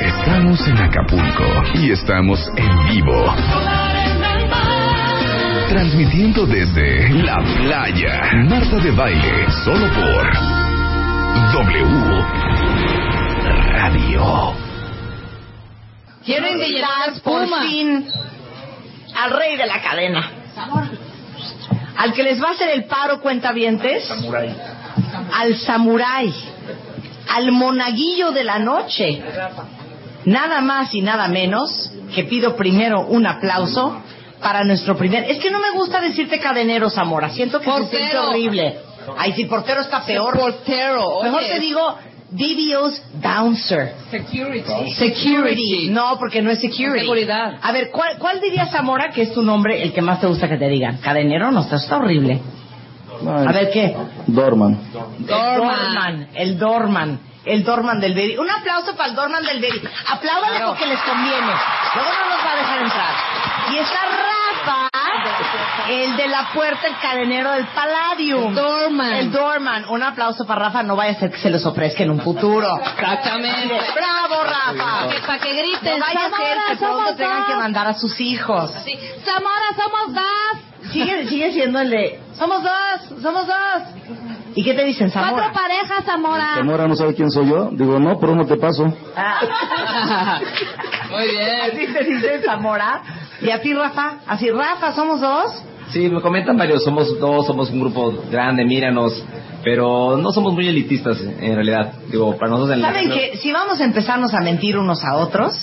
Estamos en Acapulco y estamos en vivo. Transmitiendo desde la playa. Marta de baile solo por W Radio. Quiero invitar por fin al rey de la cadena. Al que les va a hacer el paro cuentavientes. Al samurái. Al monaguillo de la noche. Nada más y nada menos que pido primero un aplauso para nuestro primer. Es que no me gusta decirte cadenero, Zamora. Siento que se siente Portero. horrible. Ay, si portero está peor. Portero. oye. Mejor te digo DBO's Bouncer. Security. Security. No, porque no es security. Seguridad. A ver, ¿cuál, cuál dirías, Zamora, que es tu nombre el que más te gusta que te digan? Cadenero no, está, está horrible. A ver, ¿qué? Dorman. Dorman. El Dorman. El Dorman del Beri. Un aplauso para el Dorman del Beri. Apláudale Claro. porque les conviene. Luego no nos va a dejar entrar. Y está Rafa, el de la puerta, el cadenero del Palladium. El Dorman. El Dorman. Un aplauso para Rafa. No vaya a ser que se les ofrezca en un futuro. Exactamente. ¡Bravo, Rafa! Para que griten, No vaya a ser que Zamora, pronto somos tengan que dos. mandar a sus hijos. Sí, Zamora, somos dos. Sigue, sigue siendo el de, somos dos, somos dos. ¿Y qué te dicen, Zamora? Cuatro parejas, Zamora. Zamora no sabe quién soy yo. Digo, no, pero no te paso. Ah. Muy bien. Así te dicen, Zamora. ¿Y a ti, Rafa? Así, Rafa, somos dos. Sí, me comentan varios, somos dos, somos un grupo grande, míranos, pero no somos muy elitistas en realidad. Digo, para nosotros en la- ¿Saben que Si vamos a empezarnos a mentir unos a otros,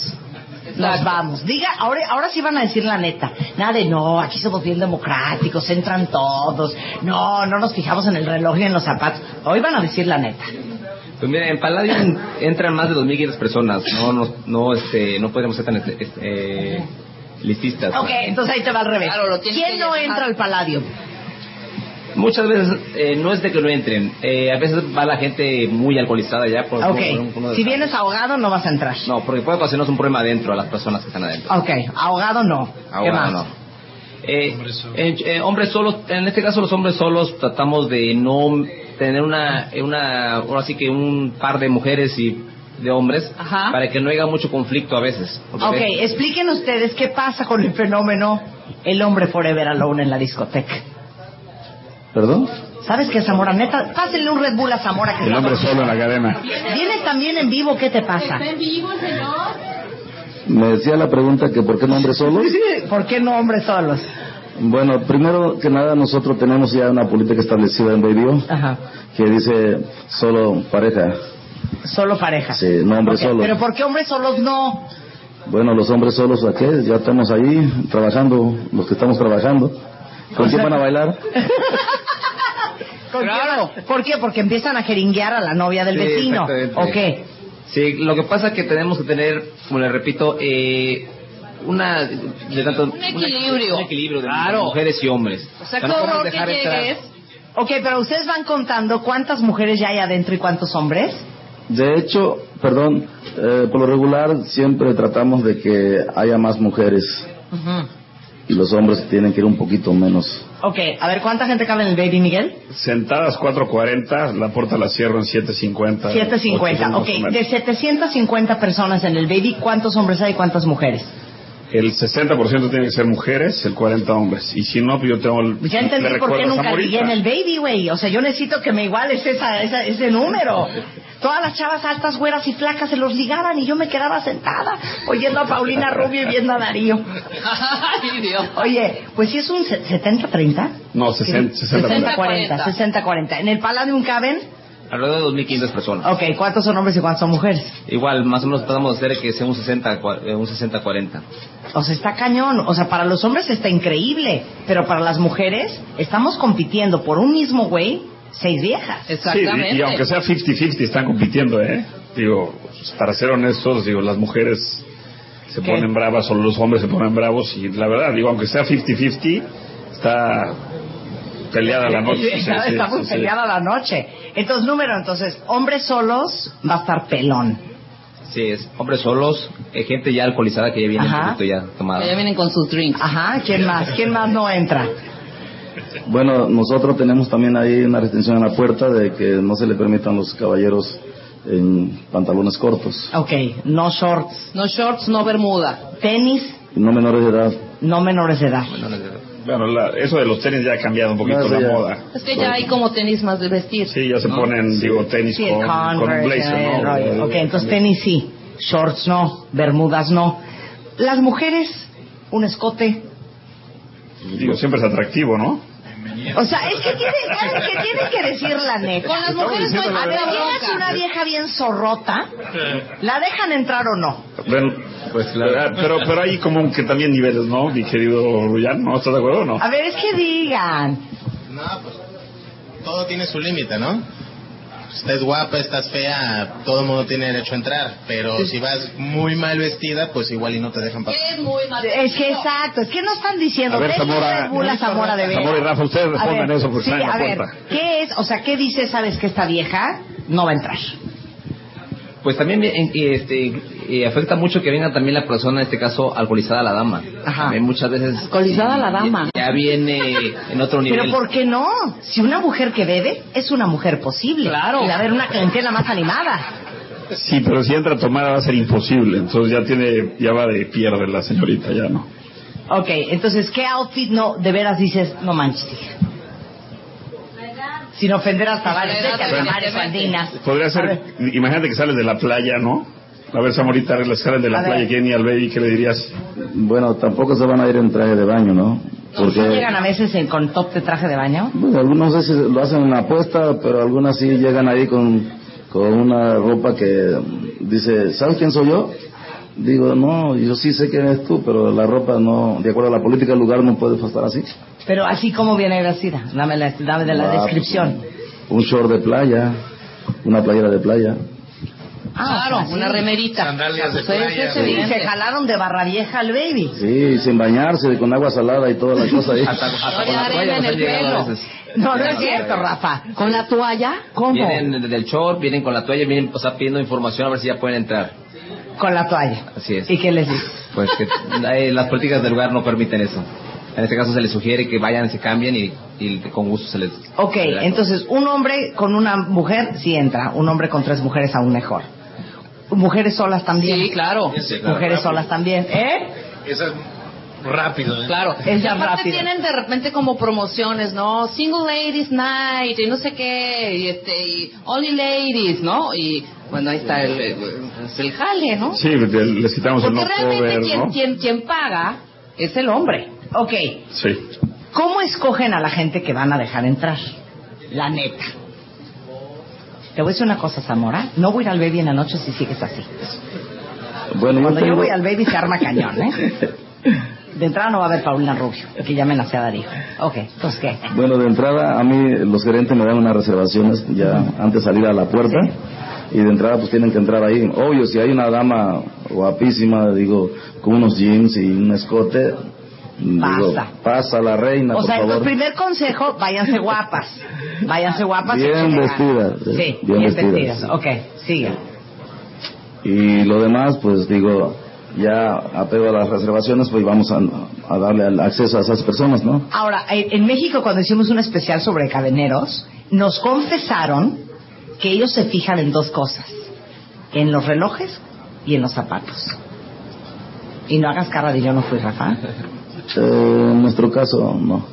nos vamos. Diga, ahora, ahora sí van a decir la neta. Nada de no, aquí somos bien democráticos, entran todos. No, no nos fijamos en el reloj y en los zapatos. Hoy van a decir la neta. Pues mira, en Palladium entran más de 2.500 personas, no, no, no, este, no podríamos ser tan este, este, eh, elitistas. Ok, entonces ahí te va al revés. Claro, lo tienes ¿Quién que no llevar. entra al paladio? Muchas veces eh, no es de que no entren, eh, a veces va la gente muy alcoholizada ya. Por, Ok, por un- por un- si vienes ahogado no vas a entrar. No, porque puede ocasionarnos un problema adentro a las personas que están adentro. Ok, ahogado no. ¿Qué Ahora más? Ah, no. Eh, eh, eh, hombres solos, en este caso los hombres solos tratamos de no tener una, eh, una, ahora sí que un par de mujeres y de hombres Ajá. para que no haya mucho conflicto a veces. Ok, expliquen ustedes qué pasa con el fenómeno el hombre forever alone en la discoteca. ¿Perdón? ¿Sabes qué, Zamora? Neta, pásenle un Red Bull a Zamora. Que El está hombre dormida. solo en la cadena. Vienes también en vivo, ¿qué te pasa? Me decía la pregunta que por qué no hombre solo. ¿Por qué no hombres solos? Bueno, primero que nada nosotros tenemos ya una política establecida en Baby Ajá. que dice solo pareja. Solo pareja. Sí, no hombre Ok, solo. Pero ¿por qué hombres solos no? Bueno, los hombres solos ¿a qué? ya estamos ahí trabajando, los que estamos trabajando. ¿Con quién van a bailar? ¿Con quién Claro. van? ¿Por qué? Porque empiezan a jeringuear a la novia del Sí, vecino. exactamente. ¿O qué? Sí, lo que pasa es que tenemos que tener, como les repito, eh, una, de tanto- Un equilibrio. un equilibrio de Claro. mujeres y hombres. O sea, qué no podemos horror que dejar entrar- llegues. Ok, pero ustedes van contando cuántas mujeres ya hay adentro y cuántos hombres. De hecho, perdón, eh, por lo regular siempre tratamos de que haya más mujeres y los hombres tienen que ir un poquito menos. Ok, a ver, ¿cuánta gente cabe en el Baby Miguel? Sentadas 4.40, la puerta la cierro en 7.50. 750. Ok, Más o menos. de 750 personas en el Baby, ¿cuántos hombres hay y cuántas mujeres? El 60% tiene que ser mujeres, el 40% hombres. Y si no, pues yo tengo... el- Ya le entendí por recuerdo qué a nunca Zamorita. ligué en el Baby, güey. O sea, yo necesito que me iguales esa, esa- ese número. Todas las chavas altas, güeras y flacas se los ligaban y yo me quedaba sentada oyendo a Paulina Rubio y viendo a Darío. Ay, Dios. Oye, pues si es un se- 70-30. No, 60, 60%. 60-40, 60-40. ¿En el Palladium caben? Alrededor de 2.500 personas. Ok, ¿cuántos son hombres y cuántas son mujeres? Igual, más o menos tratamos de hacer que sea un 60, cua- eh, un 60-40. O sea, está cañón. O sea, para los hombres está increíble. Pero para las mujeres, estamos compitiendo por un mismo güey seis viejas. Sí, Exactamente. y, y aunque sea 50-50, están compitiendo, ¿eh? Digo, para ser honestos, digo, las mujeres se ¿Qué? ponen bravas o los hombres se ponen bravos y la verdad, digo, aunque sea 50-50, está peleada la noche. Sí, está, sí, está muy sí, sí. peleada la noche. Entonces, número, entonces, hombres solos va a estar pelón. Sí, es hombres solos, eh, gente ya alcoholizada que ya viene Ajá. Eh, un poquito ya tomada. Que Ya vienen con sus drinks. Ajá, ¿quién más? ¿Quién más no entra? Bueno, nosotros tenemos también ahí una restricción en la puerta de que no se le permitan los caballeros en pantalones cortos, Ok, no shorts. No shorts, no bermuda. Tenis, y no menores de edad. no menores de edad. No, no, no. Bueno, la- eso de los tenis ya ha cambiado un poquito No, eso la ya- moda. Es que ya hay como tenis más de vestir. Sí, ya se ¿no? ponen, digo, tenis Sí, con, el con un Converse, blazer, el ¿no? rollo. Ok, entonces tenis sí, shorts no, bermudas no. Las mujeres, un escote. Digo, siempre es atractivo, ¿no? O sea, es que tienen, ¿saben qué? Tienen que decir la neta. Con las Estamos mujeres no diciendo hay la A ver, tanta tienes bronca. una vieja bien zorrota, ¿la dejan entrar o no? Bueno, ah, Pues claro. Pero, pero hay como que también niveles, ¿no? Mi querido Ruyan, ¿no? ¿Estás de acuerdo o no? A ver, es que digan. No, pues todo tiene su límite, ¿no? Estás guapa, estás fea, todo el mundo tiene derecho a entrar, pero si vas muy mal vestida, pues igual y no te dejan pasar. Es muy mal. Es que exacto, es que no están diciendo. A ver, ¿Ves que Zamora, ustedes burlan a Zamora de veras? Zamora y Rafa, ustedes A ver, respondan eso porque sí, están en a la ver, puerta. ¿qué es? O sea, ¿qué dice, sabes que esta vieja no va a entrar? Pues también en- este, eh, afecta mucho que venga también la persona, en este caso, alcoholizada la dama. Ajá. También muchas veces. Alcoholizada la dama. Ya, ya viene en otro nivel. Pero ¿por qué no? Si una mujer que bebe es una mujer posible. Claro. Y va a haber una clientela más animada. Sí, pero si entra tomada va a ser imposible. Entonces ya tiene, ya va de pierde la señorita, ya no. Ok, entonces, ¿qué outfit no, de veras dices, no manches, hija? Sin ofender hasta varios, Sin ofender vete hasta a tomar varios, Valdinas. Podría A ser, ver, imagínate que sales de la playa, ¿no? A ver, Samorita, las sales de A la ver. playa, Kenny, al baby, ¿qué le dirías? Bueno, tampoco se van a ir en traje de baño, ¿no? ¿no Porque llegan a veces en, con top de traje de baño? bueno, Pues, algunos no sé si lo hacen en la apuesta, pero algunas sí llegan ahí con, con una ropa que mm, dice, ¿sabes quién soy yo? Digo, no, yo sí sé quién eres tú, pero la ropa no, de acuerdo a la política del lugar, no puede estar así. Pero así como viene vestida, dame, la, dame de la Ah, descripción. Un short de playa, una playera de playa. Ah, claro, así. una remerita. Sandalias de Pues, playa. es Sí, evidente. se jalaron de barra vieja al baby. Sí, sin bañarse, con agua salada y toda la cosa ahí. Hasta, hasta Oye, con la arena toalla en nos han el llegado a pelo. veces. No, no Ya, es cierto, ya. Rafa. ¿Con la toalla? ¿Cómo? Vienen del short, vienen con la toalla, vienen, o sea, pidiendo información a ver si ya pueden entrar. Con la toalla. Así es. ¿Y qué les dices? Pues que eh, las políticas del lugar no permiten eso. En este caso se les sugiere que vayan, se cambien y, y con gusto se les... Ok, se les da- entonces un hombre con una mujer sí entra, un hombre con tres mujeres aún mejor. Mujeres solas también. Sí, claro. Sí, claro, Mujeres rápido. solas también, ¿eh? Eso es rápido, ¿eh? Claro. Es Y ya aparte rápido. tienen de repente como promociones, ¿no? Single Ladies Night y no sé qué, y este, y Only Ladies, ¿no? Y bueno, ahí está el, el, el jale, ¿no? Sí, te- les quitamos el Porque no realmente cover, quien, ¿no? quien, quien paga es el hombre. Ok, Sí. ¿cómo escogen a la gente que van a dejar entrar? La neta. Te voy a decir una cosa, Zamora. No voy a ir al baby en la noche si sigues así. Bueno, yo Cuando yo tengo- voy al baby se arma cañón, ¿eh? De entrada no va a haber Paulina Rubio, que ya me la sé a Darío. Ok, entonces qué. Bueno, de entrada, a mí los gerentes me dan unas reservaciones ya antes de salir a la puerta. Y de entrada, pues tienen que entrar ahí. Obvio, si hay una dama guapísima, digo, con unos jeans y un escote, digo, Pasa. pasa la reina, O por sea, favor. el primer consejo, váyanse guapas. Váyanse guapas. y Bien échenle ganas. vestidas, sí, Sí, bien, bien vestidas. vestidas. Ok, sigue. Y lo demás, pues digo, ya apego a las reservaciones, pues vamos a, a darle al- acceso a esas personas, ¿no? Ahora, en en México cuando hicimos un especial sobre cadeneros, nos confesaron que ellos se fijan en dos cosas. En los relojes y en los zapatos. Y no hagas cara de yo no fui, Rafa. Eh, en nuestro caso, no.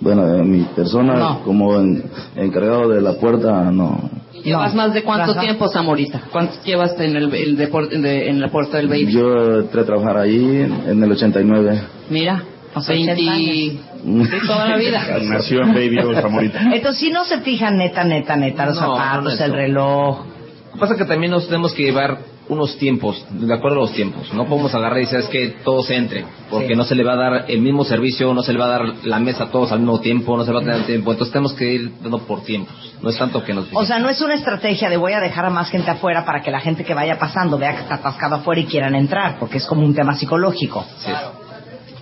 Bueno, eh, mi persona No. como en- encargado de la puerta, no. ¿Llevas más de cuánto Rafa. tiempo, Zamorita? ¿Cuánto llevas en, el, el depor- de- en la puerta del baby? Yo entré a trabajar ahí en el 89. Mira, O sea, 20... 80 Sí, toda la vida. Nació en Baby Old Samorita. Entonces, si no se fijan neta, neta, neta, los No, no, zapatos, no, el no. reloj. Lo que pasa es que también nos tenemos que llevar unos tiempos, de acuerdo a los tiempos. No podemos agarrar y decir, es que todos entren, porque no se le va a dar el mismo servicio, no se le va a dar la mesa a todos al mismo tiempo, no se va a tener tiempo. Entonces tenemos que ir dando por tiempos. No es tanto que nos... O sea, no es una estrategia de voy a dejar a más gente afuera para que la gente que vaya pasando vea que está atascado afuera y quieran entrar, porque es como un tema psicológico.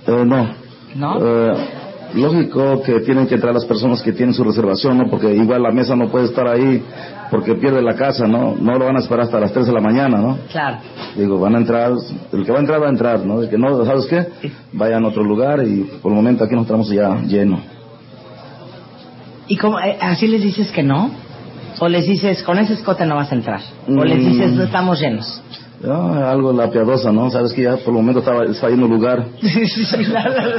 Eh, no. ¿No? Eh, lógico que tienen que entrar las personas que tienen su reservación, ¿no? Porque igual la mesa no puede estar ahí porque pierde la casa, ¿no? No lo van a esperar hasta las 3 de la mañana, ¿no? Claro. Digo, van a entrar, el que va a entrar va a entrar, ¿no? El que no, ¿sabes qué? Vayan a otro lugar y por el momento aquí nos estamos ya lleno. ¿Y cómo, eh, así les dices que no? ¿O les dices, con ese escote no vas a entrar? ¿O les dices, Mm. no estamos llenos? No, Ah, algo la piadosa, ¿no? Sabes que ya por el momento estaba, está lleno el lugar.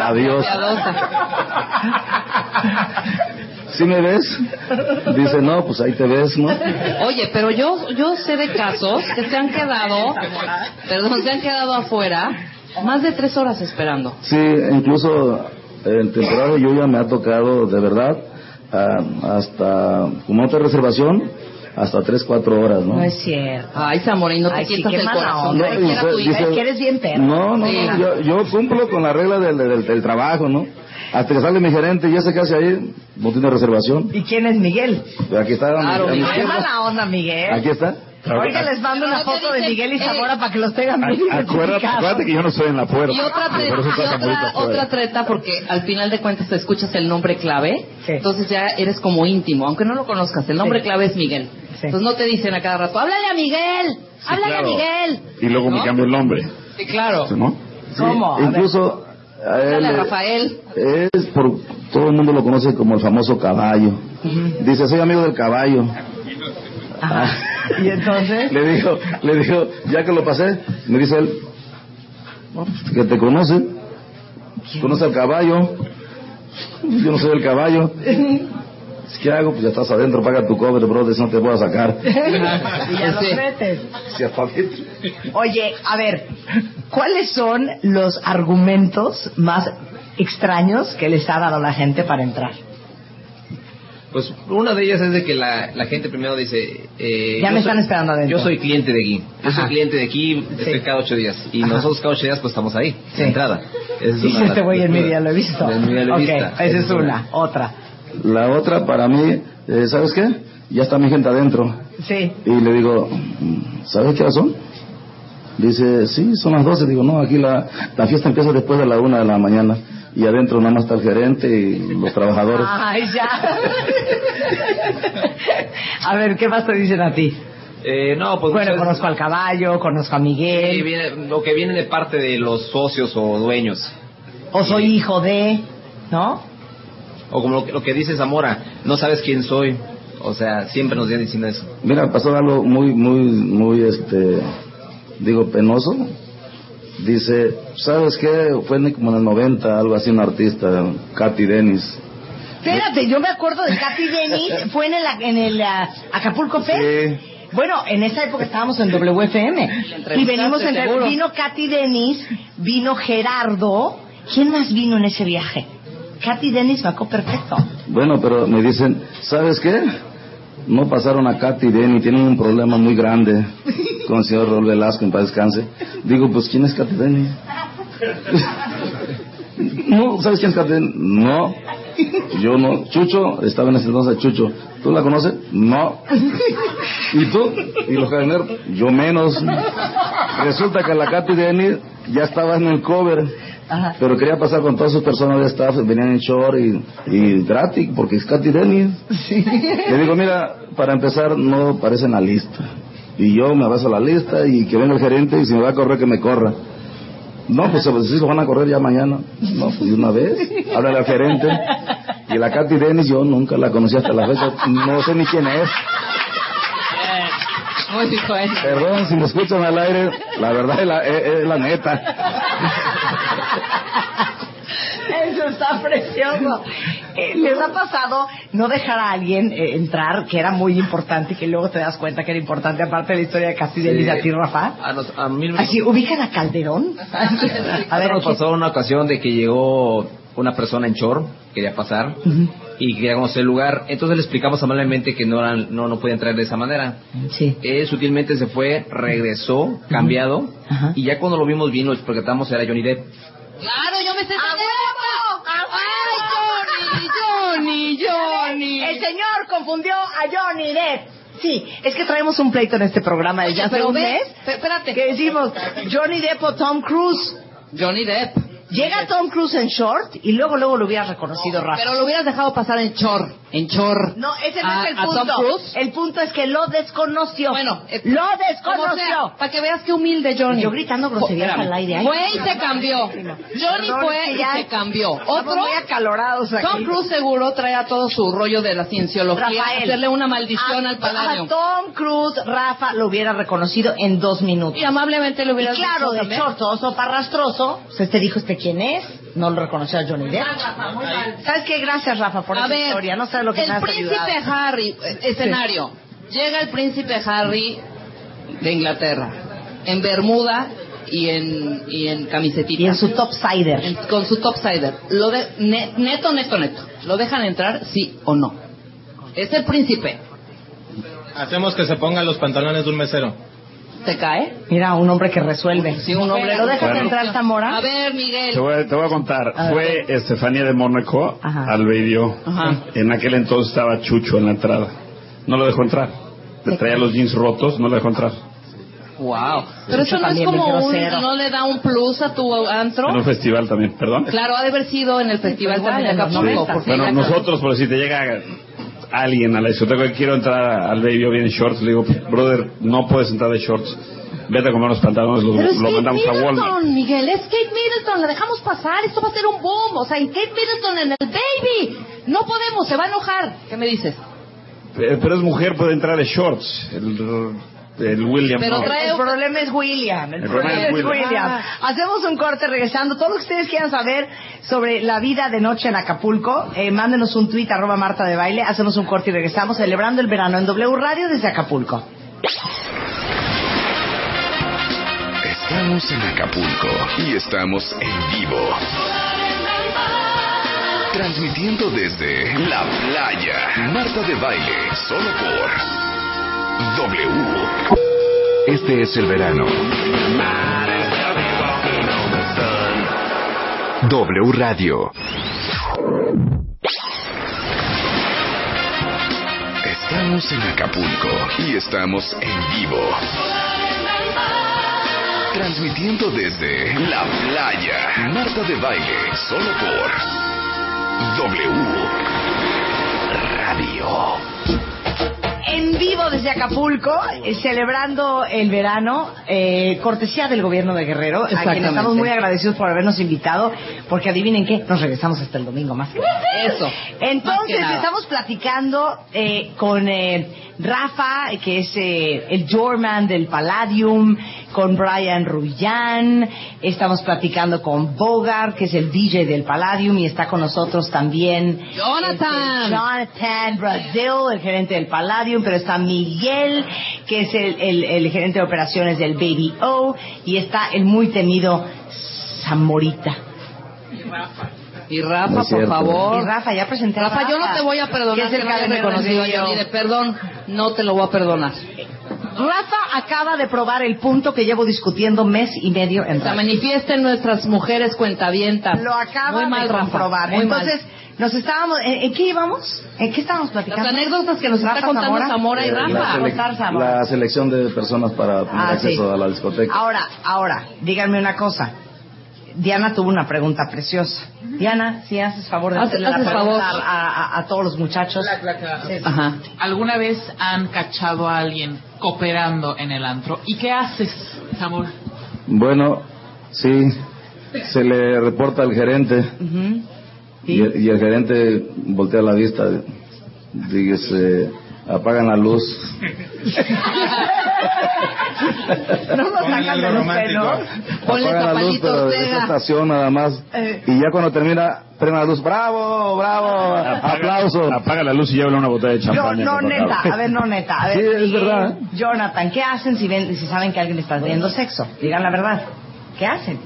Adiós. ¿Sí me ves? Dice, no, pues ahí te ves, ¿no? Oye, pero yo, yo sé de casos que se han quedado, perdón, se han quedado afuera más de tres horas esperando. Sí, incluso en temporada de lluvia me ha tocado, de verdad, ah, hasta, como otra reservación, hasta 3, 4 horas, ¿no? No es cierto. Ay, Samorín, no te Ay, sí, quitas qué el mala corazón. onda. No, Ay, y que era usted tu hija. dice- Es que eres bien perro. No, no, no, Sí. yo, yo cumplo con la regla del, del- del trabajo, ¿no? Hasta que sale mi gerente y ya sé qué hace ahí, no tiene reservación. ¿Y quién es Miguel? Aquí está, a mi- Claro, a mi Miguel. Qué izquierda. mala onda, Miguel. aquí está. Oiga, les mando Pero no te una foto de dicen, Miguel y eh, Zamora para que los tengan bien Ay, Acuérdate, identificados. acuérdate que yo no estoy en la puerta. Y otra, tre- Por eso está y Samuelito otra, afuera. otra treta, porque al final de cuentas escuchas el nombre clave, Sí. entonces ya eres como íntimo, aunque no lo conozcas. El nombre Sí. clave es Miguel. Sí. Entonces no te dicen a cada rato, háblale a Miguel, háblale claro. a Miguel. Y luego me ¿No? cambio el nombre, Sí, claro. ¿no? ¿Cómo? A ver. Incluso a él, Háblale a eh, Rafael. es por todo el mundo lo conoce como el famoso caballo. Dice, soy amigo del caballo. Ajá. Y entonces, Le digo, le digo, ya que lo pasé, me dice él, "No, pues, que te conoce, pues, conoce al caballo, yo no soy el caballo. Pues, ¿Qué hago? Pues ya estás adentro, paga tu cobre, brother, si no te voy a sacar. y Pues ya los Sí. metes. Si hasta adentro. Oye, a ver, ¿cuáles son los argumentos más extraños que les ha dado la gente para entrar? Pues una de ellas es de que la, la gente primero dice... eh, Ya yo me soy- están esperando adentro. Yo soy cliente de aquí. Yo Ajá. soy cliente de aquí estoy Sí. cada ocho días. Y Ajá. nosotros cada ocho días pues estamos ahí, Sí. de entrada. Esa es Dice una- este güey en mi día lo he visto. En mi día lo he Ok, visto. esa es una. Otra. La otra para mí, eh, ¿sabes qué? Ya está mi gente adentro. Sí. Y le digo, "Mm, ¿sabes qué hora son? Dice, sí, son las 12. Digo, no, aquí la, la fiesta empieza después de la 1 de la mañana. Y adentro nada más está el gerente y los trabajadores. Ay, ya. a ver, ¿qué más te dicen a ti? Eh, no, pues Bueno, muchas- conozco al caballo, conozco a Sí, Miguel, viene- lo que viene de parte de los socios o dueños. o soy hijo de, ¿no? O como lo, que- lo que dice Zamora, no sabes quién soy. O sea, siempre nos vienen diciendo eso. Mira, pasó algo muy, muy, muy, este, digo, penoso. Dice, ¿sabes qué? Fue en- como en el 90, algo así, un artista, Katy Dennis. Espérate, yo me acuerdo de Katy Dennis, fue en el, en el ah, Acapulco Fest. Sí. Bueno, en esa época estábamos en WFM y venimos en seguro. vino Katy Dennis, vino Gerardo, ¿quién más vino en ese viaje? Katy Dennis me acuerdo perfecto. Bueno, pero me dicen, ¿sabes qué? No pasaron a Katy y Denny, tienen un problema muy grande con el señor Rol Velasco, en paz descanse. Digo, pues, ¿quién es Katy Denny? No, ¿sabes quién es Katy Denny? No, yo no. Chucho, estaba en ese entonces Chucho. ¿Tú la conoces? No. ¿Y tú? ¿Y los jardineros? Yo menos. Resulta que la Katy Denny ya estaba en el cover. Ajá. Pero quería pasar con todas sus personas de staff, venían en short y, y gratis, porque es Katy Denny. Le digo, mira, para empezar, no aparece en la lista. Y yo me vas a la lista y que venga el gerente y si me va a correr, que me corra. No, pues si lo van a correr ya mañana. No, pues de una vez. Háblale al gerente. Y la Katy Dennis, yo nunca la conocí hasta la fecha. No sé ni quién es. Muy hijo de- Perdón si me escuchan al aire. La verdad es la, es- es la neta. Eso está precioso. Eh, ¿Les ha pasado no dejar a alguien eh, entrar que era muy importante y que luego te das cuenta que era importante, aparte de la historia de Katy Dennis Sí. a ti, Rafa? A, nos- a mí me- Así, ubican a Calderón. A A ver, nos aquí. pasó una ocasión de que llegó una persona en chor, quería pasar, Ujú. y quería conocer el lugar. Entonces le explicamos amablemente que no, eran- no, no podía entrar de esa manera. Sí. Él sutilmente se fue, regresó, cambiado, Ajá. y ya cuando lo vimos bien, lo despertamos, era Johnny Depp. Claro, yo me sé. ¡A ¡Ay, Johnny, Johnny, Johnny! El señor confundió a Johnny Depp. Sí, es que traemos un pleito en este programa de ya hace pero un ve, mes. pe- espérate. Que decimos Johnny Depp o Tom Cruise. Johnny Depp. Llega Tom Cruise en short y luego luego lo hubieras reconocido rápido. Pero lo hubieras dejado pasar en chor. En chor. No, ese no A- es el a punto. Tom Cruise. El punto es que lo desconoció. Bueno, eh, lo Como sea, desconoció. para que veas qué humilde Johnny. Yo gritando groserías Espérame. al aire, ay. Fue y se cambió. Johnny Perdón, fue y ya. se cambió. Estamos Otro, muy acalorados aquí. Tom Cruise seguro traía todo su rollo de la cienciología, Rafael. hacerle una maldición A- al palacio. A Tom Cruise, Rafa lo hubiera reconocido en dos minutos. Y amablemente le Y hubieras dicho claro, de también. chortoso, parrastroso. Pues este dijo, ¿este quién es? No lo reconoció a Johnny Depp. ¿Sabes qué? Gracias, Rafa, por a esa ver, historia. No sabes lo que el me has príncipe ayudado. Harry, eh, escenario. Llega el príncipe Harry de Inglaterra, en bermuda y en, y en camisetita. Y en su topsider. En- con su topsider. Lo de, ne- neto, neto, neto. ¿Lo dejan entrar, sí o no? Es el príncipe. Hacemos que se ponga los pantalones de un mesero. ¿Se cae? Mira, un hombre que resuelve. Si un hombre... ¿Lo dejas Claro. entrar, Zamora? A ver, Miguel. Te voy, a- te voy a contar. A Fue Estefanía de Mónaco Ajá. al Beidio. Ajá. En aquel entonces estaba Chucho en la entrada. No lo dejó entrar. Le traía los jeans rotos, no lo dejó entrar. Wow. Pero Mucho eso no es también es como un... grosero. ¿No le da un plus a tu antro? En un festival también, perdón. Claro, ha de haber sido en el festival igual también de en los Sí. Acapulco. noventas, porque Bueno, ya- nosotros, por si te llega alguien a la discoteca que quiero entrar al Beidio bien en shorts, le digo, brother, no puedes entrar de shorts. Vete a comer los pantalones, lo, Pero es lo Kate mandamos a Walmart. Middleton, Miguel, es Kate Middleton, la dejamos pasar, esto va a ser un boom, o sea, en Kate Middleton en el baby, no podemos, se va a enojar. ¿Qué me dices? Eh, Pero es mujer, puede entrar de shorts. El, el William. Pero no. trae- Ah. El problema es William. El, problema, es William. Hacemos un corte regresando. Todo lo que ustedes quieran saber sobre la vida de noche en Acapulco, eh, mándenos un tuit arroba Marta de Baile. Hacemos un corte y regresamos celebrando el verano en W Radio desde Acapulco. Estamos en Acapulco y estamos en vivo. Transmitiendo desde la playa. Marta de baile, solo por W. Este es el verano. W Radio. Estamos en Acapulco y estamos en vivo. Transmitiendo desde la playa. Marta de baile, solo por W Radio. En vivo desde Acapulco, eh, celebrando el verano, eh, cortesía del gobierno de Guerrero, a quien Exactamente. estamos muy agradecidos por habernos invitado, porque adivinen qué, nos regresamos hasta el domingo más que nada. Eso. Más que Entonces, nada. estamos platicando eh, con eh, Rafa, que es eh, el doorman del Palladium, con Brian Rullán, estamos platicando con Bogart, que es el DJ del Palladium, y está con nosotros también Jonathan. este, Jonathan Brazil, el gerente del Palladium, pero está Miguel, que es el, el- el gerente de operaciones del Baby O, y está el muy temido Zamorita. Y Rafa, No es por cierto. Y favor. Rafa, ya presenté a Oh. Rafa, yo no te voy a que perdonar es el que no hayas cadenero del reconocido a video. Johnny Depp. Perdón, no te lo voy a perdonar. Rafa acaba de probar el punto que llevo discutiendo mes y medio en Se radio. manifiesten nuestras mujeres cuentavientas. Lo acaba Muy mal, de comprobar. Rafa. Muy mal. Entonces, nos estábamos... ¿en, en qué íbamos? ¿En qué estábamos platicando? las anécdotas que nos está Rafa contando Zamora. Zamora, y Eh, Rafa. la, Cortar sele- Zamora. la selección de personas para tener Ah, sí. acceso a la discoteca. Ahora, ahora, díganme una cosa. Diana tuvo una pregunta preciosa. Diana, si haces favor de Haz- hacerle la haces pregunta favor. A, a- a todos los muchachos. Sí, sí. Ajá. ¿Alguna vez han cachado a alguien cooperando en el antro? ¿Y qué haces, Zamora? Bueno, sí, se le reporta al gerente Ujú. y, el- y el gerente voltea la vista, dígase, apagan la luz. No lo Ponle sacan algo de los romántico. pelos. Ponle apagan la luz, zapallito pero es Ortega. estación nada más. Eh. Y ya cuando termina, prende la luz, bravo, bravo, aplauso. Apaga la luz y llévale una botella de No, champaña. no, por favor. neta. A ver, no, neta. A ver, Sí, es verdad. Jonathan, ¿qué hacen si, ven, si saben que alguien está teniendo sexo? Digan la verdad. ¿Qué hacen?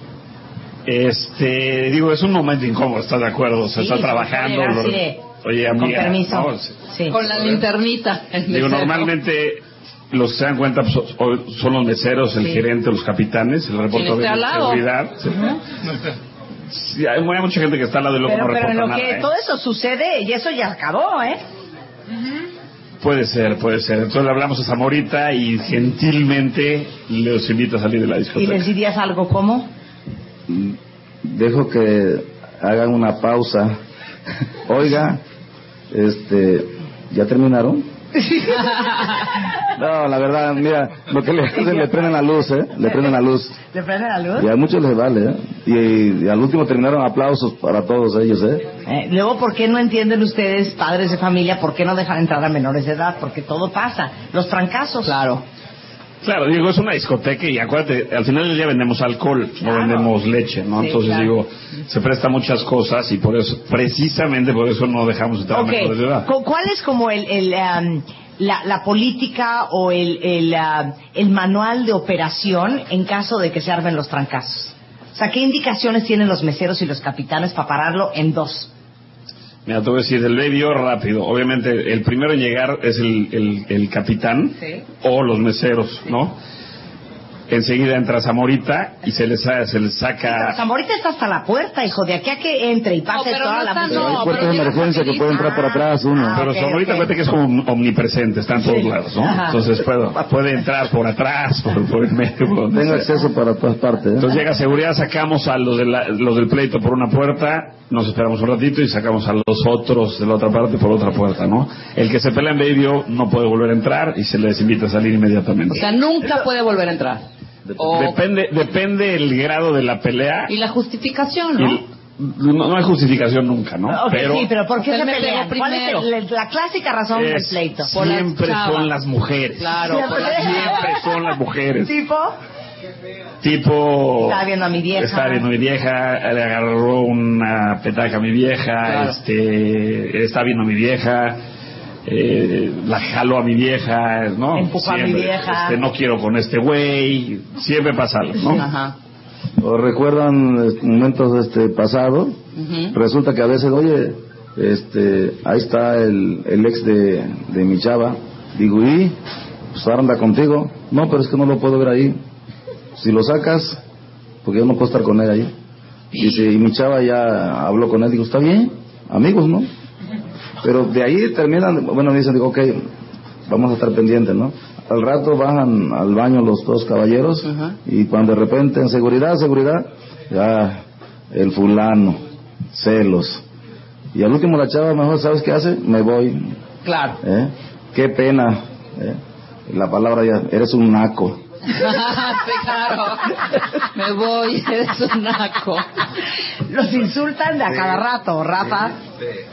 Este, digo, es un momento incómodo, ¿estás de acuerdo? Se Sí, está se trabajando. puede llegar lo- así de- Oye, amiga. Con permiso. no, sí. Con la linternita. en Digo, el cerro. normalmente los que se dan cuenta pues, so- o- son los meseros, el Sí. gerente, los capitanes, el reportero esté de al lado. seguridad. Sí. Sí, hay, hay mucha gente que está al lado y luego Pero, no pero reporta en lo nada. que ¿eh? todo eso sucede, y eso ya acabó, ¿eh? Puede ser, puede ser. Entonces le hablamos a Zamorita y gentilmente los invita a salir de la Y discoteca. les dirías algo como, dejo que hagan una pausa. Oiga, este, ¿ya terminaron? No, la verdad, mira, lo que le hacen le prenden la luz, ¿eh? Le prenden la luz. ¿le prende la luz? Y a muchos les vale, ¿eh? Y, y al último terminaron aplausos para todos ellos, ¿eh? Eh, luego, ¿por qué no entienden ustedes, padres de familia, por qué no dejan entrar a menores de edad? Porque todo pasa. Los trancazos. Claro. Claro, digo, es una discoteca y acuérdate, al final del día vendemos alcohol, no vendemos leche, ¿no? Sí, Entonces claro. digo, se presta muchas cosas y por eso, precisamente por eso no dejamos entrar a menores de edad. Ok. Cu- ¿Cuál es como el, el, am, la, la política o el, el, am, el manual de operación en caso de que se armen los trancazos? O sea, ¿qué indicaciones tienen los meseros y los capitanes para pararlo en dos? Mira, te voy a decir, el baby O rápido. Obviamente, el primero en llegar es el, el- el capitán o los meseros, ¿no? Enseguida entra Zamorita y se les, sa- se les Pero saca... Zamorita está hasta la puerta, hijo, de aquí a que entre y pase pero toda no la está- Pero música. hay puertas de emergencia que puede entrar por atrás uno. Pero Ah, ok, Zamorita, ok. acuérdate que es como omnipresente, está en todos Sí. lados, ¿no? Ajá. Entonces puede, puede entrar por atrás, por, por el medio, por donde Tengo sea. acceso para todas partes, ¿eh? Entonces llega seguridad, sacamos a los, de la- los del pleito por una puerta, nos esperamos un ratito y sacamos a los otros de la otra parte por otra puerta, ¿no? El que se pelea en Baby O no puede volver a entrar y se les invita a salir inmediatamente. O sea, nunca puede volver a entrar. Oh. O- Depende, depende el grado de la pelea. y la justificación, y ¿no? el- no, no hay justificación nunca, ¿no? Ok, Pero sí, pero ¿por qué Él se me pegó pelean? ¿Cuál es el- la, la clásica razón del es- pleito? Por las siempre chavas. son las mujeres. Claro, por la- Siempre son las mujeres. Tipo, Tipo... está viendo a mi vieja. Oh, Está viendo mi vieja, le agarró una petaca a mi vieja, este, está viendo a mi vieja, eh, la jaló a mi vieja, ¿no? Empujó a mi vieja. este, no quiero con este güey, siempre pasa algo, ¿no? Ajá. ¿O recuerdan eh, momentos este, pasados? Ujú. Resulta que a veces, oye, este, ahí está el, el ex de, de mi chava. Digo, ¿y? Pues ahora anda contigo. No, pero es que no lo puedo ver ahí. Si lo sacas, porque yo no puedo estar con él ahí. Dice, y mi chava ya habló con él. Digo, está bien, amigos, ¿no? Pero de ahí terminan, bueno, dicen, digo, ok, vamos a estar pendientes, ¿no? Al rato bajan al baño los dos caballeros Ajá. y cuando de repente, en seguridad, seguridad, ya el fulano, celos. Y al último la chava mejor, ¿sabes qué hace? Me voy, Claro. ¿eh? Qué pena, ¿eh? La palabra ya, eres un naco. sí, claro. Me voy, eres un naco. Los insultan de a cada rato, Rafa.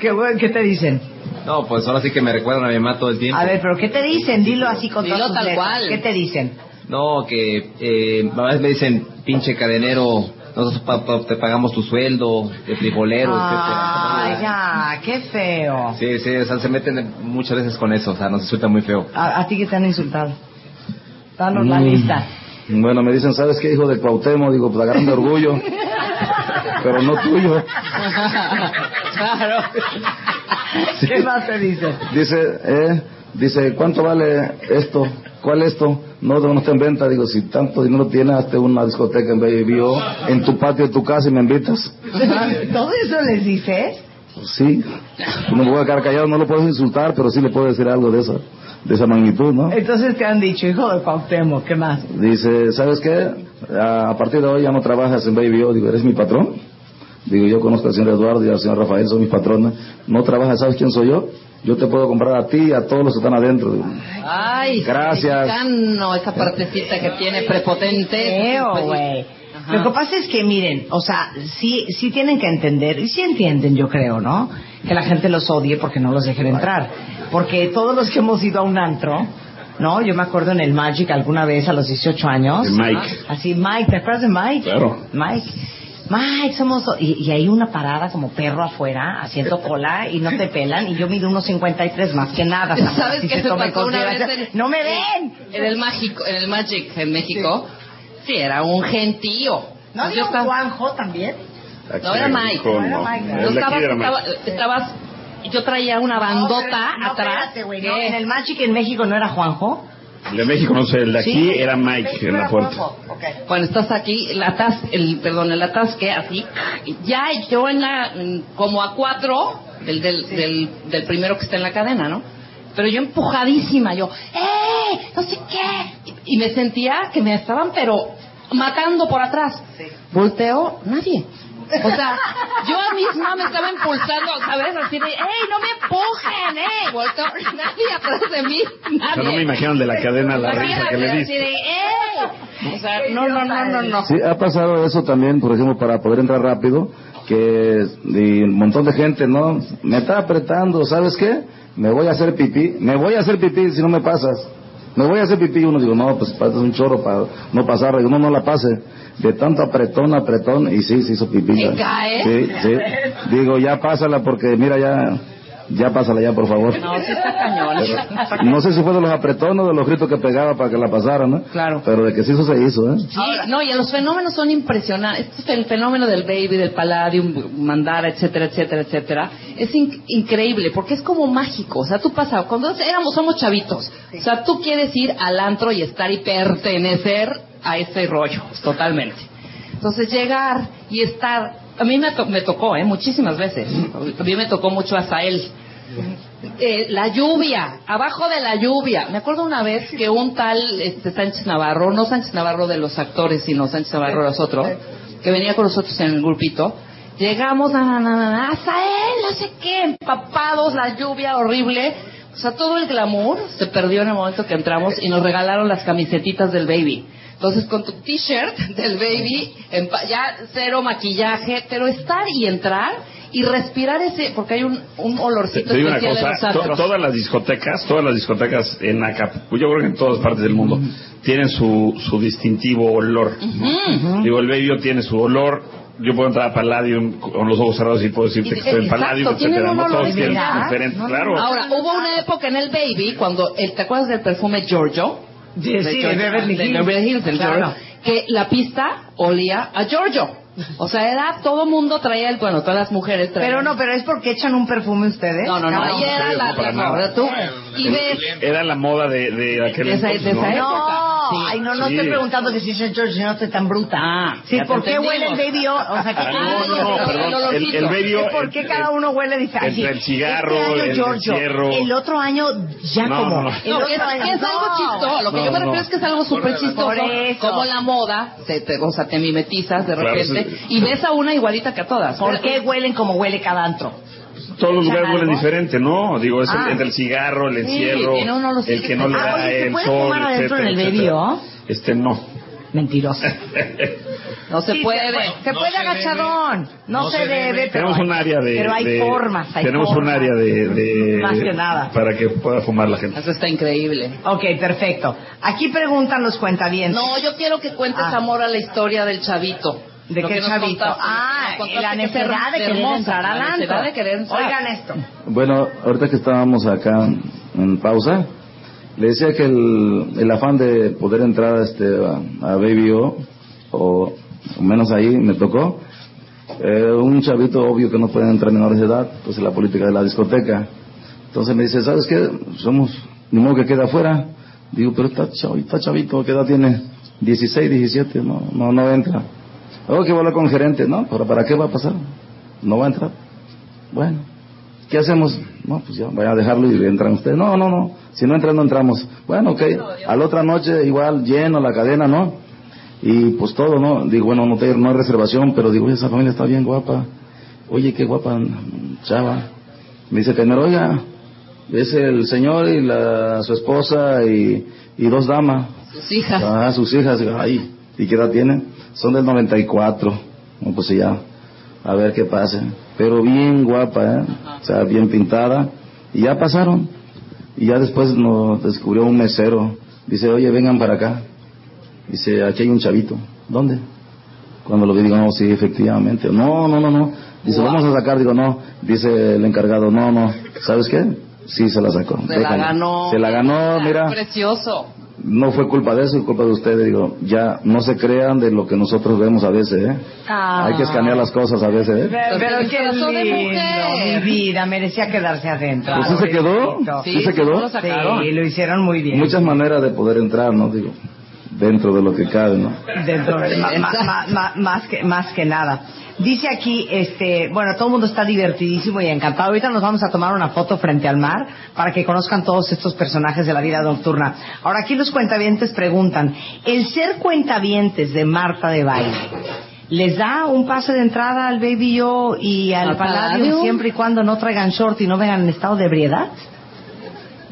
Qué bueno, ¿qué te dicen? No, pues ahora sí que me recuerdan a mi mamá todo el tiempo. A ver, pero ¿qué te dicen? Dilo así con Dilo todas tus tal letras. cual. ¿Qué te dicen? No, que eh, a veces me dicen, pinche cadenero, nosotros pa- pa- te pagamos tu sueldo de frijolero, Ay, etcétera. ya, qué feo. Sí, sí, o sea, se meten muchas veces con eso, o sea, nos resulta muy feo. ¿A, a ti que te han insultado? Danos la Mm. lista. Bueno, me dicen, ¿sabes qué, hijo de Cuauhtémoc? Digo, pues agarran de orgullo, pero no tuyo. claro. ¿Qué más te dicen? Dice, eh, dice, ¿cuánto vale esto? ¿Cuál esto? No, no está en venta. Digo, si tanto dinero tienes, hazte una discoteca en Baby O, en tu patio de tu casa y me invitas. ¿Todo eso les dices? Pues sí, no me voy a quedar callado, no lo puedo insultar, pero sí le puedo decir algo de esa, de esa magnitud, ¿no? Entonces te han dicho, hijo de Cuauhtémoc, ¿qué más? Dice, ¿sabes qué? A a partir de hoy ya no trabajas en Baby O. Digo, ¿eres mi patrón? Digo, yo conozco al señor Eduardo y al señor Rafael, son mis patrones. No trabajas, ¿sabes quién soy yo? Yo te puedo comprar a ti y a todos los que están adentro. Digo, Ay, Gracias. mexicano, esa partecita que tiene prepotente. Feo, Pues, güey. Ajá. Lo que pasa es que, miren, o sea, sí, sí tienen que entender, y sí entienden, yo creo, ¿no? Que la gente los odie porque no los dejen entrar. Porque todos los que hemos ido a un antro, ¿no? Yo me acuerdo en el Magic alguna vez a los 18 años. El Mike. Así, Mike, ¿te acuerdas de Mike? Claro. Mike. Mike, somos... do- Y, y hay una parada como perro afuera, haciendo cola, y no te pelan, y yo mido unos 53 más que nada. ¿Sabes Si qué se se toma en pasó una vez? consideración- en- ¡No me ven! En el, mágico, en el Magic en México. Sí, era un gentío. ¿No Pues digo estaba- Juanjo también? Aquí No era en Mike. México, no era no. Mike, no. El de Tú aquí estabas, era Mike. estaba- estabas Yo traía una bandota No, atrás. espérate, güey, no, ¿Qué? en el Magic en México no era Juanjo. El de México, no sé, el de aquí Sí. era Mike en la puerta. Cuando estás aquí, el atas, el, perdón, el atasque, así, ya yo en la, mm, como a cuatro, del, del, del, del primero que está en la cadena, ¿no? Pero yo empujadísima, yo, ¡eh! No sé qué. Y, y me sentía que me estaban, pero, matando por atrás. Volteo, nadie. O sea, yo a misma me estaba impulsando, ¿sabes? Así de, ¡ey, no me empujen, eh! Volteo, nadie atrás de mí, nadie. O sea, no me imagino el de la cadena la risa que le Así diste. de, ¡ey! O sea, no, no, no, no, no. Sí, ha pasado eso también, por ejemplo, para poder entrar rápido, que y un montón de gente, ¿no? Me está apretando, ¿sabes qué? Me voy a hacer pipí, me voy a hacer pipí si no me pasas. Me voy a hacer pipí y uno digo, no, pues es un chorro para no pasar, digo, no, no la pase. De tanto apretón, apretón, y sí, se hizo pipí. ¿Y ya. cae? Sí, sí. Digo, ya pásala porque mira, ya, ya pásala ya, por favor. No, sí está cañón. No sé si fue de los apretones o de los gritos que pegaba para que la pasara, ¿no? Claro. Pero de que se hizo, se hizo, ¿eh? Sí, no, y los fenómenos son impresionantes. Este es el fenómeno del baby, del palladium, mandara, etcétera, etcétera, etcétera. Es in- increíble, porque es como mágico. O sea, tú pasas, cuando éramos, somos chavitos. O sea, tú quieres ir al antro y estar y pertenecer a ese rollo, totalmente. Entonces, llegar y estar. A mí me, to- me tocó, ¿eh? Muchísimas veces. A mí me tocó mucho hasta él. Eh, la lluvia, abajo de la lluvia. Me acuerdo una vez que un tal este, Sánchez Navarro, no Sánchez Navarro de los actores, sino Sánchez Navarro de los otros, que venía con nosotros en el grupito, llegamos, na, na, na, na, na, hasta él, no sé qué, empapados, la lluvia horrible. O sea, todo el glamour se perdió en el momento que entramos y nos regalaron las camisetitas del baby. Entonces, con tu t-shirt del baby, empa- ya cero maquillaje, pero estar y entrar y respirar ese, porque hay un, un Te, olorcito te digo una especial en pues, los cosa, to- antros. todas las discotecas, todas las discotecas en Acapulco, yo creo que en todas partes del mundo, tienen su, su distintivo olor. ¿no? Digo, el Baby tiene su olor. Yo puedo entrar a Palladium con los ojos cerrados y puedo decirte que estoy en Exacto, Palladium, tienen etcétera. un No olor todos tienen similar. diferente, claro. Ahora, hubo una época en el Baby cuando, el- ¿te acuerdas del perfume Giorgio? Sí, sí, de Beverly de Hills. Beverly Hills, del Claro. Giorgio. Que la pista olía a Giorgio. O sea, era todo mundo traía el, bueno, todas las mujeres traían. Pero no, ¿eh? pero es porque echan un perfume ustedes. no, no, no, ahí no, era no, la, para la- nada. ahora tú, y ves, Era la moda de, de aquel De esa- entonces, de esa ¿no? época. No, Sí. ay, no, no Sí. estoy preguntando que si es George, no estoy tan bruta. Ah, sí, ya te ¿por qué entendimos. huele el baby? O o sea, Ah, que no, no, no, el perdón. El, el olorcito. Baby Es ¿Por qué cada uno huele diferente? entre el cigarro, Este año el Giorgio, encierro. El otro año, Giacomo. No, no, no. El No, otro es, año- que es algo no. chistoso. Lo que No, yo me no. refiero es que es algo súper chistoso. Por eso. Como la moda, se te, o sea, te mimetizas de Claro, repente sí. y ves a una igualita que a todas. ¿Por qué huelen como huele cada antro? Todos los lugares ¿Algo? huelen diferente, ¿no? Digo, es el- Ah. entre el cigarro, el encierro, tiene un olorcito el que no le Ah, da oye, ¿se el puede sol, fumar adentro etcétera, en el etcétera. BBO? Este no. Mentiroso. No se Sí, puede. Se No puede se agachadón. debe. No, No se se debe, debe. pero. tenemos hay- un área de... Pero hay de- formas. Hay Tenemos un formas. área de, de- Más que nada. Para que pueda fumar la gente. Eso está increíble. Ok, perfecto. Aquí preguntan los cuentavientes. No, yo quiero que cuentes, Ah. amor, a la historia del chavito. ¿De Lo qué que nos chavito? contaste. Ah, Nos contaste la que es her- necesidad de querer hermosa, entrar al La antro. necesidad de querer entrar. Oigan esto. Bueno, ahorita que estábamos acá en pausa, le decía que el, el afán de poder entrar este, a, a Baby O, o o menos ahí me tocó, eh, un chavito obvio que no pueden entrar menores de edad, entonces la política de la discoteca. Entonces me dice, ¿sabes qué? Somos, ni modo que queda afuera. Digo, pero está, chavo- está chavito, ¿qué edad tiene? 16, 17, no, no, no entra. Oh, que va a hablar con el gerente, ¿no? ¿Para, ¿Para qué va a pasar? No va a entrar. Bueno, ¿qué hacemos? No, pues ya, vaya a dejarlo y entran ustedes. No, no, no, si no entran, no entramos. Bueno, ok, a la otra noche igual lleno la cadena, ¿no? Y pues todo, ¿no? Digo, bueno, no, te- no hay reservación, pero digo, oye, esa familia está bien guapa. Oye, qué guapa mm, chava. Me dice Caimero, oiga, es el señor y la, su esposa y, y dos damas. Sus hijas. Ah, sus hijas, digo, ay, ¿y qué edad tienen? Son del 94. No, pues ya, a ver qué pasa. Pero bien guapa, ¿eh? O sea, bien pintada. Y ya pasaron. Y ya después nos descubrió un mesero. Dice, oye, vengan para acá. Dice, aquí hay un chavito. ¿Dónde? Cuando lo vi, digo, no, sí, efectivamente. No, no, no, no. Dice, vamos a sacar. Digo, no. Dice el encargado, no, no. ¿Sabes qué? Sí, se la sacó. Se la Déjala. ganó. Se la ganó, mira. Precioso. no fue culpa de eso, es culpa de ustedes. Digo, ya no se crean de lo que nosotros vemos a veces, ¿eh? Ah. Hay que escanear las cosas a veces, ¿eh? Pero, pero qué Corazón de lindo, mujer. mi vida, merecía quedarse adentro. Pues sí se quedó, sí, se quedó. Sí, lo hicieron muy bien. Muchas maneras de poder entrar, ¿no? Digo, dentro de lo que cabe, ¿no? Dentro de- ma- ma- ma- ma- más, que, más que nada. Dice aquí, este, bueno, todo el mundo está divertidísimo y encantado. Ahorita nos vamos a tomar una foto frente al mar para que conozcan todos estos personajes de la vida nocturna. Ahora aquí los cuentavientes preguntan, ¿el ser cuentavientes de Marta de Baile les da un pase de entrada al Baby Yo y al ¿Al Palladium, Palladium? siempre y cuando no traigan short y no vengan en estado de ebriedad?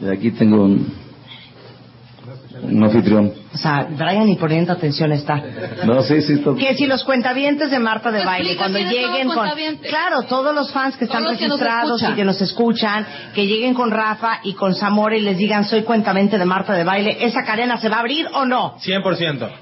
Y aquí tengo un, un anfitrión. O sea, Brian y poniendo atención está. No, sí, sí, está- que si los cuentavientes de Marta de Pues Explica Baile cuando quiénes son los lleguen con cuentavientes. claro todos los fans que están Todos los que nos registrados y escuchan. que nos escuchan que lleguen con Rafa y con Zamora y les digan soy cuentamente de Marta de Baile esa cadena se va a abrir o no 100%. gracias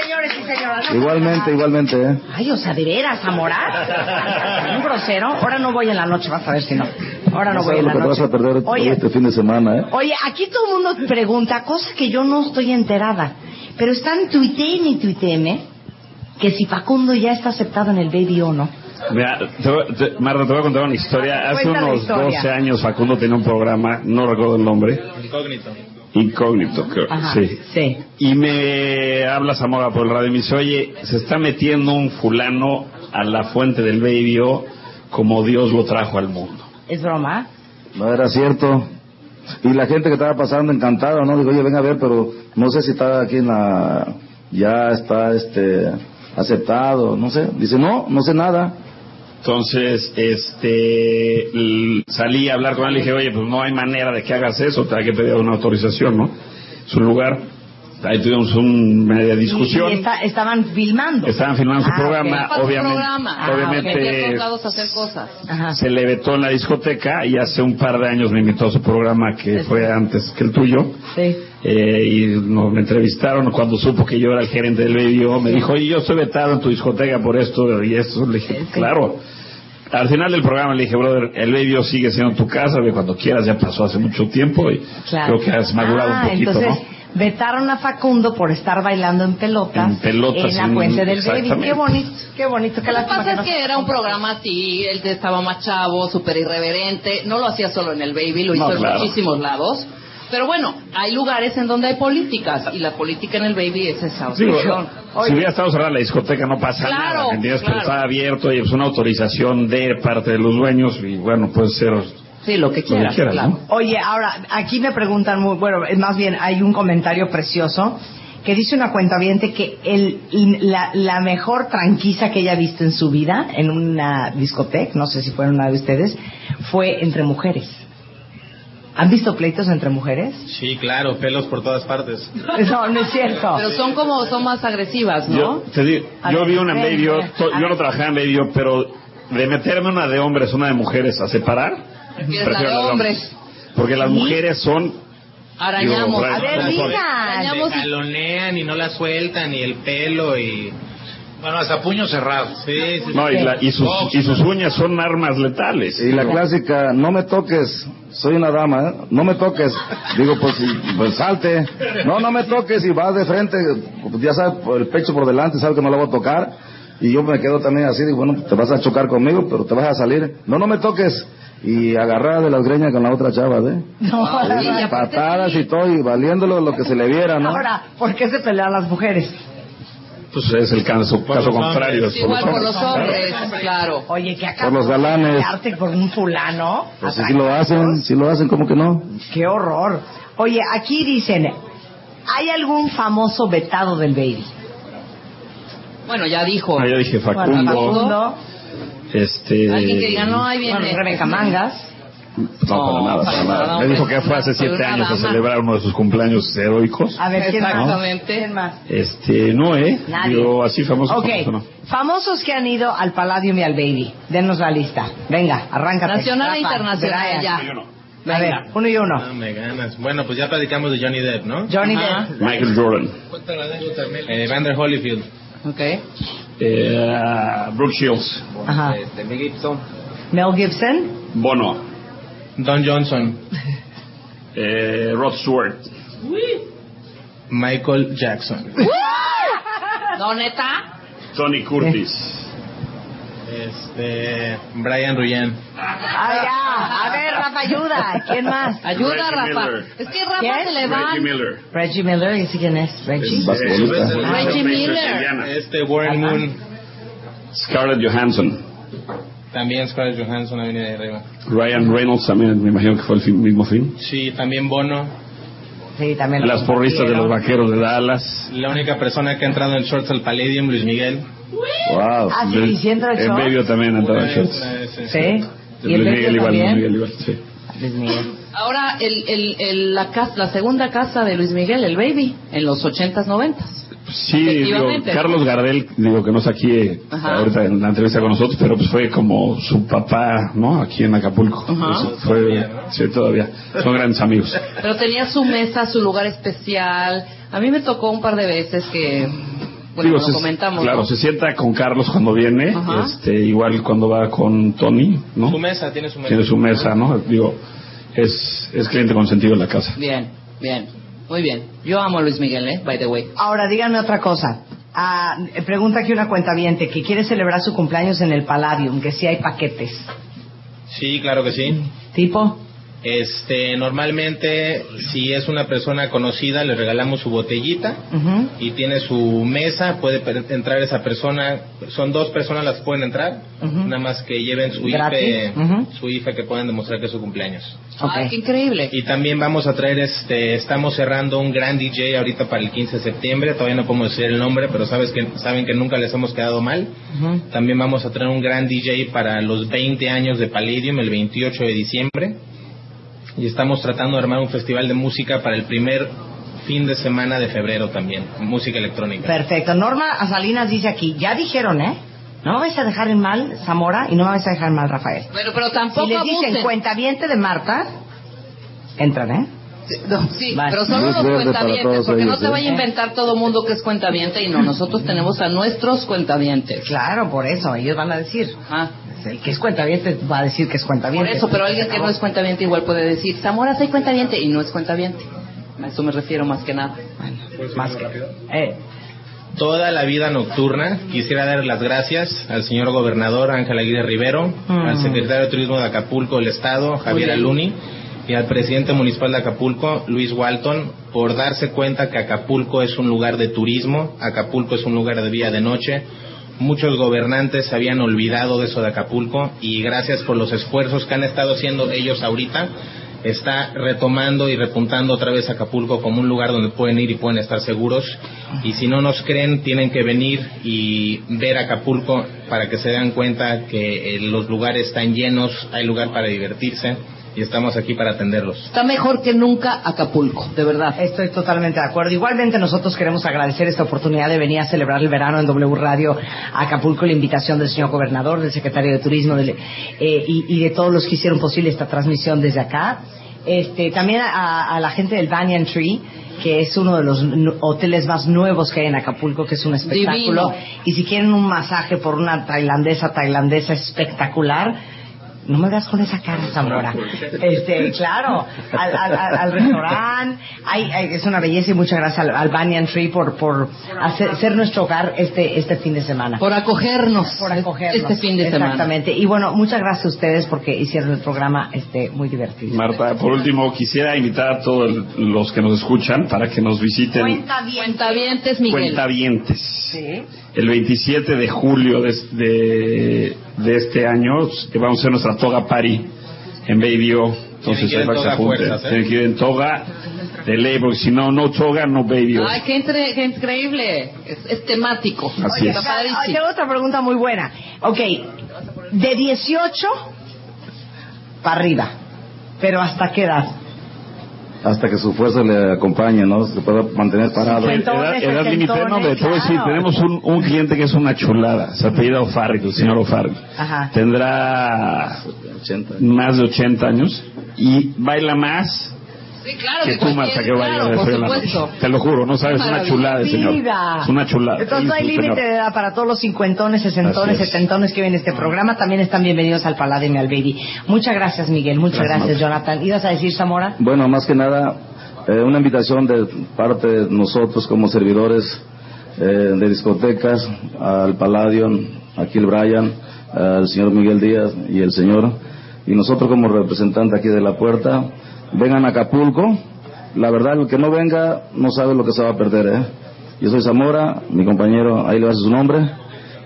señores y señoras No, Igualmente, igualmente, ¿eh? ay o sea de veras Zamora un grosero ahora no voy en la noche vas a ver si no ahora no, No voy sabes en lo la que te vas noche a perder Oye, este fin de semana, ¿eh? Oye, aquí todo el mundo pregunta cosas que yo no estoy enterada, pero están tuiteen y tuiteeme que si Facundo ya está aceptado en el baby o no. Mira, te voy- te- Marta, te voy a contar una historia. Hace Cuenta la unos historia. 12 años Facundo tenía un programa, no recuerdo el nombre, Incógnito. Incógnito, creo. Ajá, Sí. sí. Y me habla Zamora por el radio y me dice, oye, se está metiendo un fulano a la fuente del Baby O como Dios lo trajo al mundo. ¿Es broma? No era cierto. Y la gente que estaba pasando encantada, ¿no? Digo, oye, ven a ver, pero no sé si está aquí en la... Ya está, este... Aceptado, no sé. Dice, no, no sé nada. Entonces, este, l- salí a hablar con él y dije, oye, pues no hay manera de que hagas eso, te hay que pedir una autorización, ¿no? Su lugar. Ahí tuvimos una media discusión. Y- y está- estaban filmando. Estaban filmando su Ah, programa, ok. obviamente. programa. Ah, obviamente Metí a todos lados a hacer cosas. Ajá. se le vetó en la discoteca y hace un par de años me invitó a su programa que fue antes que el tuyo. Sí. Eh, y nos, me entrevistaron cuando supo que yo era el gerente del Baby O, me dijo, oye, yo estoy vetado en tu discoteca por esto y esto. Le dije, claro. Al final del programa le dije, brother, el Baby O sigue siendo tu casa, ve cuando quieras, ya pasó hace mucho tiempo y Claro. creo que has madurado Ah, un poquito, entonces, ¿no? Vetaron a Facundo por estar bailando en pelotas En pelotas, en la en- fuente del baby. exactamente. Qué bonito, qué bonito. Qué Lo que lástima pasa es no que se- era un programa así, él estaba más chavo, súper irreverente, no lo hacía solo en el Baby, lo hizo No, claro. en muchísimos lados. Pero bueno, hay lugares en donde hay políticas y la política en el Baby es esa. o sea, Digo, son- si hubiera estado cerrada la discoteca no pasa Claro, nada, ¿me entiendes? claro. Pero estaba abierto y es una autorización de parte de los dueños y bueno, puede ser sí, lo que lo que quieras, quieras, claro. ¿no? Oye, ahora, aquí me preguntan muy, bueno, eh, más bien hay un comentario precioso que dice una cuentaviente que el, in- la, la mejor tranquisa que ella ha visto en su vida, en una discoteca, no sé si fueron una de ustedes, fue entre mujeres. ¿Han visto pleitos entre mujeres? Sí, claro, pelos por todas partes. No, no es cierto. Pero son como, son más agresivas, Ah. Yo, ¿no? te digo, A yo ver, vi una en ven, medio, ven, to- a yo ver. no trabajaba en medio, pero de meterme una de hombres, una de mujeres a separar, Prefieres prefiero la de las hombres. Porque las mujeres son... Arañamos. Digo, a ver, Pero Como digan. que Arañamos te jalonean y no la sueltan y el pelo y... Bueno, hasta puño cerrado. Sí, sí, No, y, la- y sus, Oh, y sus uñas son armas letales. Y la clásica, no me toques, soy una dama, ¿eh? no me toques. Digo, pues, y- pues, salte. No, no me toques y vas de frente, pues, ya sabes, por el pecho por delante, sabes que no la voy a tocar. Y yo me quedo también así, digo, bueno, te vas a chocar conmigo, pero te vas a salir. No, no me toques. Y agarrada de las greñas con la otra chava, ¿eh? No, Sí, Patadas y todo, y valiéndolo lo que se le viera, ¿no? ahora, ¿por qué se pelean las mujeres? Pues es el caso, Por caso los contrario. hombres. por los igual por los hombres. hombres, claro. Oye, que acá Por los galanes. por un fulano. Pues si lo hacen, si lo hacen, ¿cómo que no? Qué horror. Oye, aquí dicen, ¿hay algún famoso vetado del baby? Bueno, ya dijo. Ah, ya dije Bueno, Facundo. Facundo, este... Alguien que diga, no, ahí viene. bueno, Rebeca Mangas. No, para No, para nada, nada, para nada. Me hombre, dijo que para fue hace nada, siete para años a nada. celebrar uno de sus cumpleaños heroicos. A ver, ¿quién más? Exactamente. ¿Quién más? Este, no, ¿eh? Nadie. Digo, así famoso. Ok, famoso no. famosos que han ido al Palladium y al Baby. Denos la lista. Venga, arráncate. Nacional e Rafa, internacional, Brian. ya. A ver, uno y No uno. me ganas. Bueno, pues ya platicamos de Johnny Depp, ¿no? Johnny Ajá. Depp. Michael Jordan. Eh, Vander Holyfield. Ok. Eh, Brooke Shields. Ajá. Este, Mel Gibson. Mel Gibson. Bono. Don Johnson. Eh, Rod Stewart. Michael Jackson. ¿No, neta? Tony Curtis. Eh. Este. Brian Ruyan. Ah, ya. A ver, Rafa, ayuda. ¿Quién más? Ayuda, Reggie Rafa. Miller. Es que Rafa ¿Quién? se le va. Miller. Reggie Miller, ¿y ese quién es? Reggie. Reggie Miller. Pues, Este Warren Moon. Scarlett Johansson. También Scarlett Johansson, la venida de arriba. Ryan Reynolds también, me imagino que fue el fin- mismo fin. Sí, también Bono. Sí, también. Las porristas de los vaqueros de Dallas. La única persona que ha entrado en shorts al Palladium, Luis Miguel. Wow. Ah, sí, El- sí entra el El short. medio también entraba en shorts. pues, este, Sí. De ¿Y el Beto Luis Miguel igual, Luis también? Miguel igual, sí. Luis Miguel. Ahora, el, el, el- la, casa, la segunda casa de Luis Miguel, el baby, en los 80s, 90s. Sí, digo, Efectivamente. Carlos Gardel, digo que no está aquí eh, Ajá. ahorita en la entrevista con nosotros, pero pues fue como su papá, ¿no? Aquí en Acapulco. Ajá. Pues, fue, sí, todavía. Son grandes amigos. Pero tenía su mesa, su lugar especial. A mí me tocó un par de veces que, bueno, Digo, lo se- comentamos. Claro, ¿no? se sienta con Carlos cuando viene, Ajá. este, igual cuando va con Tony, ¿no? Su mesa, tiene su mesa. Tiene su mesa, ¿no? Digo, es, es cliente consentido en la casa. Bien, bien, muy bien. Yo amo a Luis Miguel, ¿eh? By the way. Ahora, díganme otra cosa. Ah, pregunta aquí una cuentaviente que quiere celebrar su cumpleaños en el Palladium, que sí hay paquetes. Sí, claro que sí. ¿Tipo? Este, normalmente, si es una persona conocida, le regalamos su botellita Ujú. y tiene su mesa, puede per- entrar esa persona. Son dos personas las que pueden entrar, Ujú. nada más que lleven su Gratis. IFE, Ujú. su IFE que puedan demostrar que es su cumpleaños. Ah, Ok. Ay, qué increíble. Y también vamos a traer, este, estamos cerrando un gran DJ ahorita para el 15 de septiembre. Todavía no podemos decir el nombre, pero sabes que saben que nunca les hemos quedado mal. Ujú. También vamos a traer un gran DJ para los 20 años de Palladium el 28 de diciembre. Y estamos tratando de armar un festival de música para el primer fin de semana de febrero también, música electrónica. Perfecto. Norma Salinas dice aquí, ya dijeron, ¿eh? No me vais a dejar en mal Zamora y no me vais a dejar en mal Rafael. Pero, pero Si tampoco les dicen abusen. cuentaviente de Marta, entran, ¿eh? Sí, no, sí, Vale. pero solo Luz los verde para cuentavientes, todos porque no ellos, se ¿eh? vaya a inventar todo mundo que es cuentaviente y no, nosotros tenemos a nuestros cuentavientes. Claro, por eso, ellos van a decir. Ajá. El que es cuentaviente va a decir que es Por cuentaviente. eso, pero alguien que no es cuentaviente igual puede decir, Zamora, soy cuentaviente y no es cuentaviente. A eso me refiero más que nada. Más que... Eh, toda la vida nocturna. Quisiera dar las gracias al señor gobernador Ángel Aguirre Rivero, Mm. al secretario de Turismo de Acapulco del Estado, Javier Aluni, y al presidente municipal de Acapulco, Luis Walton, por darse cuenta que Acapulco es un lugar de turismo, Acapulco es un lugar de vida de noche. Muchos gobernantes se habían olvidado de eso de Acapulco y gracias por los esfuerzos que han estado haciendo ellos ahorita, está retomando y repuntando otra vez Acapulco como un lugar donde pueden ir y pueden estar seguros. Y si no nos creen, tienen que venir y ver Acapulco para que se den cuenta que eh, los lugares están llenos, hay lugar para divertirse y estamos aquí para atenderlos. Está mejor que nunca Acapulco, de verdad. Estoy totalmente de acuerdo. Igualmente nosotros queremos agradecer esta oportunidad de venir a celebrar el verano en W Radio a Acapulco, la invitación del señor gobernador, del secretario de Turismo del- eh, y, y de todos los que hicieron posible esta transmisión desde acá. Este, también a, a la gente del Banyan Tree, que es uno de los nu- hoteles más nuevos que hay en Acapulco, que es un espectáculo. Divino. Y si quieren un masaje por una tailandesa, tailandesa espectacular, no me veas con esa cara, Zamora. Este, claro, al, al- al- al restaurante. Ay, ay, es una belleza y muchas gracias al, al Banyan Tree por, por hacer, ser nuestro hogar este, este fin de semana. Por acogernos. Por acogernos. Este fin de semana. Exactamente. Y bueno, muchas gracias a ustedes porque hicieron el programa este, muy divertido. Marta, por último, quisiera invitar a todos los que nos escuchan para que nos visiten Cuentavientes, Miguel. Cuentavientes. Sí. El 27 de julio de, de- de este año que vamos a hacer nuestra toga party en Baby-O. Tienen Entonces, que ir en ahí para que se toga apunten. fuerzas, ¿eh? Tienen que ir en toga de ley, porque si no, no toga, no Baby-O. Ay, qué, entre- qué increíble. Es, es temático. Así Está es. padrísimo. Ay, tengo otra pregunta muy buena. Ok, de 18 para arriba, pero ¿hasta qué edad? Hasta que su fuerza le acompañe, ¿no? Se pueda mantener parado. Edad- Entonces, edad límite, no, hombre, te voy a decir, claro. tenemos un, un cliente que es una chulada, se apellida O'Farrill, el señor O'Farrill. Ajá. Tendrá 80. más de 80 años y baila más Pues Sí, claro. que tú, Marta, cualquier- que baila claro, de por frío en la noche. supuesto. Te lo juro, no sabes, es una Maravilla. chulada, el señor. Vida. Es una chulada. Entonces no hay el señor. límite de edad para todos los cincuentones, sesentones, Así es. Ah. setentones que ven este programa. También están bienvenidos al Palladium y al Baby. Muchas gracias, Miguel. Muchas gracias, Gracias, Jonathan. ¿Ibas a decir, Zamora? Bueno, más que nada, eh, una invitación de parte de nosotros como servidores eh, de discotecas al Palladium, a Gil Bryan, al señor Miguel Díaz y el señor. Y nosotros como representante aquí de La Puerta, vengan a Acapulco. La verdad, el que no venga no sabe lo que se va a perder. ¿eh? Yo soy Zamora, mi compañero, ahí le va su nombre.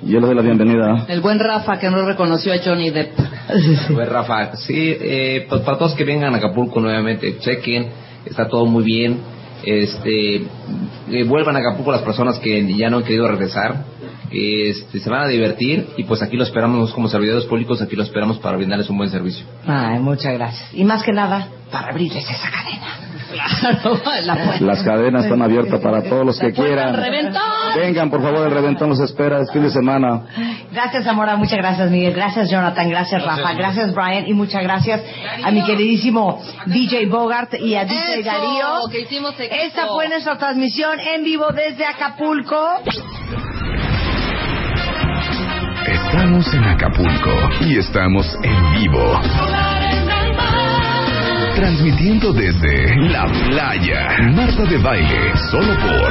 y Yo le doy la bienvenida. El buen Rafa que no reconoció a Johnny Depp. A ver, Rafa, sí, eh, pues para todos que vengan a Acapulco nuevamente, chequen, está todo muy bien. Este, eh, vuelvan a Acapulco las personas que ya no han querido regresar. Este, se van a divertir y pues aquí lo esperamos nosotros como servidores públicos, aquí lo esperamos para brindarles un buen servicio. Ay, muchas gracias. Y más que nada, para abrirles esa cadena. Claro, la puerta. Las cadenas están abiertas para todos los que quieran. Vengan, por favor, el reventón los espera este fin de semana. Gracias, Zamora. Muchas gracias, Miguel. Gracias, Jonathan. Gracias, Rafa. Gracias, Brian. Y muchas gracias a mi queridísimo DJ Bogart y a DJ Eso, Darío. que hicimos equipo. Esta fue nuestra transmisión en vivo desde Acapulco. Estamos en Acapulco y estamos en vivo. Transmitiendo desde la playa. Marta de baile solo por